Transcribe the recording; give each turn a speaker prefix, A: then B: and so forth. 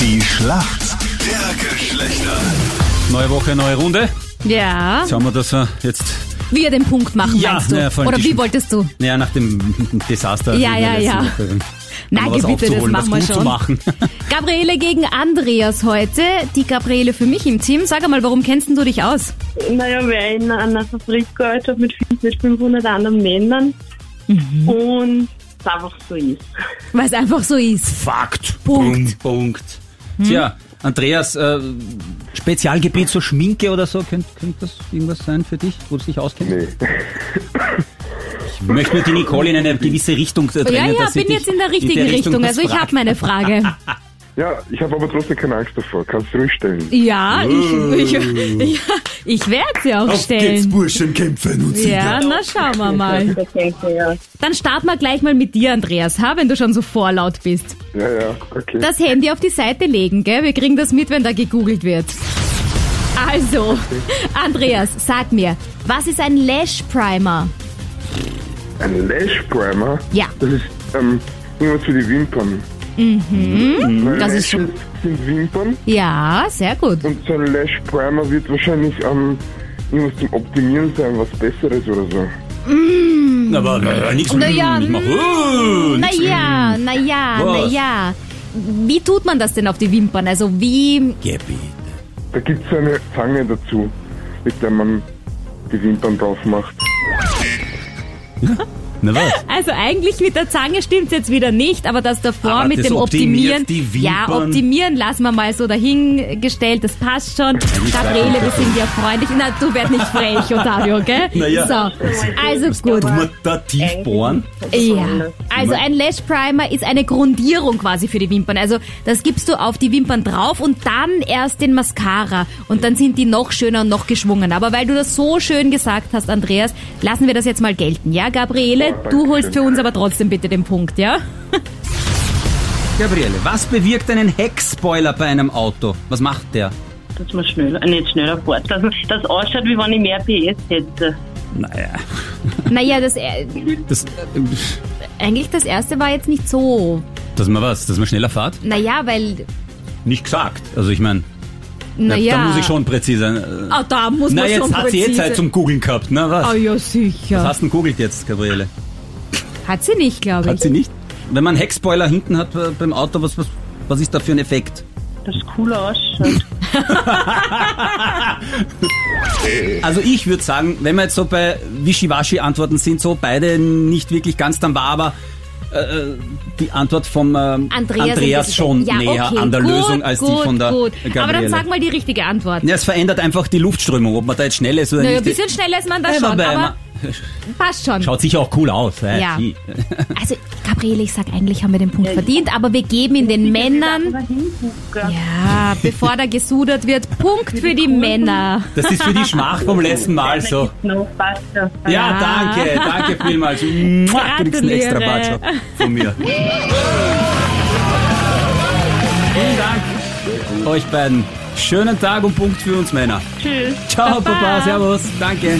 A: Die Schlacht der Geschlechter.
B: Neue Woche, neue Runde.
C: Ja.
B: Schauen wir, dass wir jetzt,
C: Wie er den Punkt machen,
B: Ja,
C: meinst du?
B: na, vor allem
C: Oder
B: die
C: wie
B: Sch-
C: wolltest du?
B: naja, nach dem Desaster in
C: Ja,
B: der
C: ja,
B: letzten
C: ja.
B: Woche, haben
C: Na,
B: wir was
C: bitte, das
B: aufzuholen,
C: machen wir
B: was gut zu
C: schon.
B: machen.
C: Gabriele gegen Andreas heute. Die Gabriele für mich im Team. Sag einmal, warum kennst denn du dich aus?
D: Naja, weil ich in einer Fabrik gearbeitet habe mit, mit 500 anderen Männern Mhm. und es einfach so ist.
C: Weil es einfach so ist.
B: Fakt.
C: Punkt. Hm?
B: Punkt. Tja, Andreas, äh, Spezialgebiet zur Schminke oder so, könnte könnt das irgendwas sein für dich, wo du dich auskennst?
E: Nee.
B: Ich möchte nur die Nicole in eine gewisse Richtung äh, drängen,
C: Ja, ja,
B: dass sie
C: bin
B: dich
C: jetzt in der
B: der
C: richtigen Richtung.
B: was
C: Also ich
B: fragt.
C: habe meine Frage.
E: Ja, ich habe aber trotzdem keine Angst davor. Kannst du ruhig stellen.
C: Ja,
B: Oh.
C: ich, ich, ja, ich werde sie auch stellen.
A: Burschen, kämpfen und
C: Ja, na schauen wir mal.
D: Da denke ich, ja,
C: Dann starten wir gleich mal mit dir, Andreas, ha, wenn du schon so vorlaut bist.
E: Ja, ja, okay.
C: Das Handy auf die Seite legen, gell? Wir kriegen das mit, wenn da gegoogelt wird. Also, Andreas, sag mir, was ist ein Lash Primer?
E: Ein Lash Primer?
C: Ja.
E: Das ist ähm, irgendwas für die Wimpern. Mhm. Weil
C: das ist schon-
E: Lashes sind Wimpern
C: Ja, sehr gut.
E: und so ein Lash Primer wird wahrscheinlich ähm, irgendwas zum Optimieren sein, was Besseres oder so.
B: Aber äh, nichts mit
C: Naja,
B: nicht machen. Uh, nichts
C: Naja, naja,
B: Was?
C: naja. Wie tut man das denn auf die Wimpern? Also wie...
B: Gebi.
E: Da gibt's so eine Zange dazu, mit der man die Wimpern drauf macht.
B: Na was?
C: Also eigentlich mit der Zange stimmt's jetzt wieder nicht, aber das davor
B: Aber
C: mit
B: das
C: dem Optimieren...
B: optimiert die
C: ja,
B: Wimpern.
C: optimieren lassen wir mal so dahingestellt, das passt schon. Gabriele, wir sind ja freundlich. Na, du werd nicht frech, Ottavio, gell?
B: Naja.
C: So, also gut.
B: Nur da tief bohren.
C: Ja, also ein Lash Primer ist eine Grundierung quasi für die Wimpern. Also das gibst du auf die Wimpern drauf und dann erst den Mascara. Und dann sind die noch schöner und noch geschwungen. Aber weil du das so schön gesagt hast, Andreas, lassen wir das jetzt mal gelten. Ja, Gabriele,
E: Oh,
C: du
E: danke
C: holst
E: schön.
C: für uns aber trotzdem bitte den Punkt, ja?
B: Gabriele, was bewirkt einen Heckspoiler bei einem Auto? Was macht der?
D: dass man schneller, äh, nicht schneller fährt. Dass man- das ausschaut, wie wenn ich mehr PS hätte.
B: Naja,
C: Naja, das, äh,
B: das,
C: eigentlich das erste war jetzt nicht so.
B: dass man was, dass man schneller fährt?
C: Naja, weil,
B: Nicht gesagt. Also ich meine,
C: naja.
B: da muss ich schon präzise. Äh,
C: Ah, da muss
B: na,
C: man
B: jetzt
C: schon
B: hat sie
C: präzise.
B: jetzt Zeit zum Googeln gehabt. Na was?
C: Ah, ja, sicher.
B: Was hast du denn googelt jetzt, Gabriele?
C: Hat sie nicht, glaube
B: Hat
C: ich.
B: sie nicht? Wenn man einen Heckspoiler hinten hat äh, beim Auto, was, was, was ist da für ein Effekt?
D: Das cool ausschaut.
B: Also ich würde sagen, wenn wir jetzt so bei Wischiwaschi-Antworten sind, so beide nicht wirklich ganz, dann war aber äh, die Antwort vom ähm,
C: Andreas,
B: Andreas,
C: und-
B: schon
C: ja,
B: näher
C: okay,
B: an der
C: gut,
B: Lösung als
C: gut,
B: die von der
C: gut.
B: Gabriele.
C: Aber dann sag mal die richtige Antwort.
B: ja, es verändert einfach die Luftströmung, ob man da jetzt schnell ist oder
C: naja, ein
B: nicht.
C: bisschen schneller ist man da
B: Ja,
C: schon,
B: aber-
C: aber passt schon.
B: Schaut sicher auch cool aus. Äh,
C: Ja.
B: die-
C: Also, Gabriele, ich sag, eigentlich haben wir den Punkt verdient, aber wir geben ihn den Männern. Ja, bevor da gesudert wird, Punkt für die Männer.
B: Das ist für die Schmach vom letzten Mal so.
D: Noch faster.
B: Also- Ja, danke, danke vielmals. Mua, Kriegst einen extra
C: Gratuliere.
B: Batscher von mir. Vielen Dank euch beiden. Schönen Tag und Punkt für uns Männer. Tschüss. Ciao, Baba, Servus. Danke.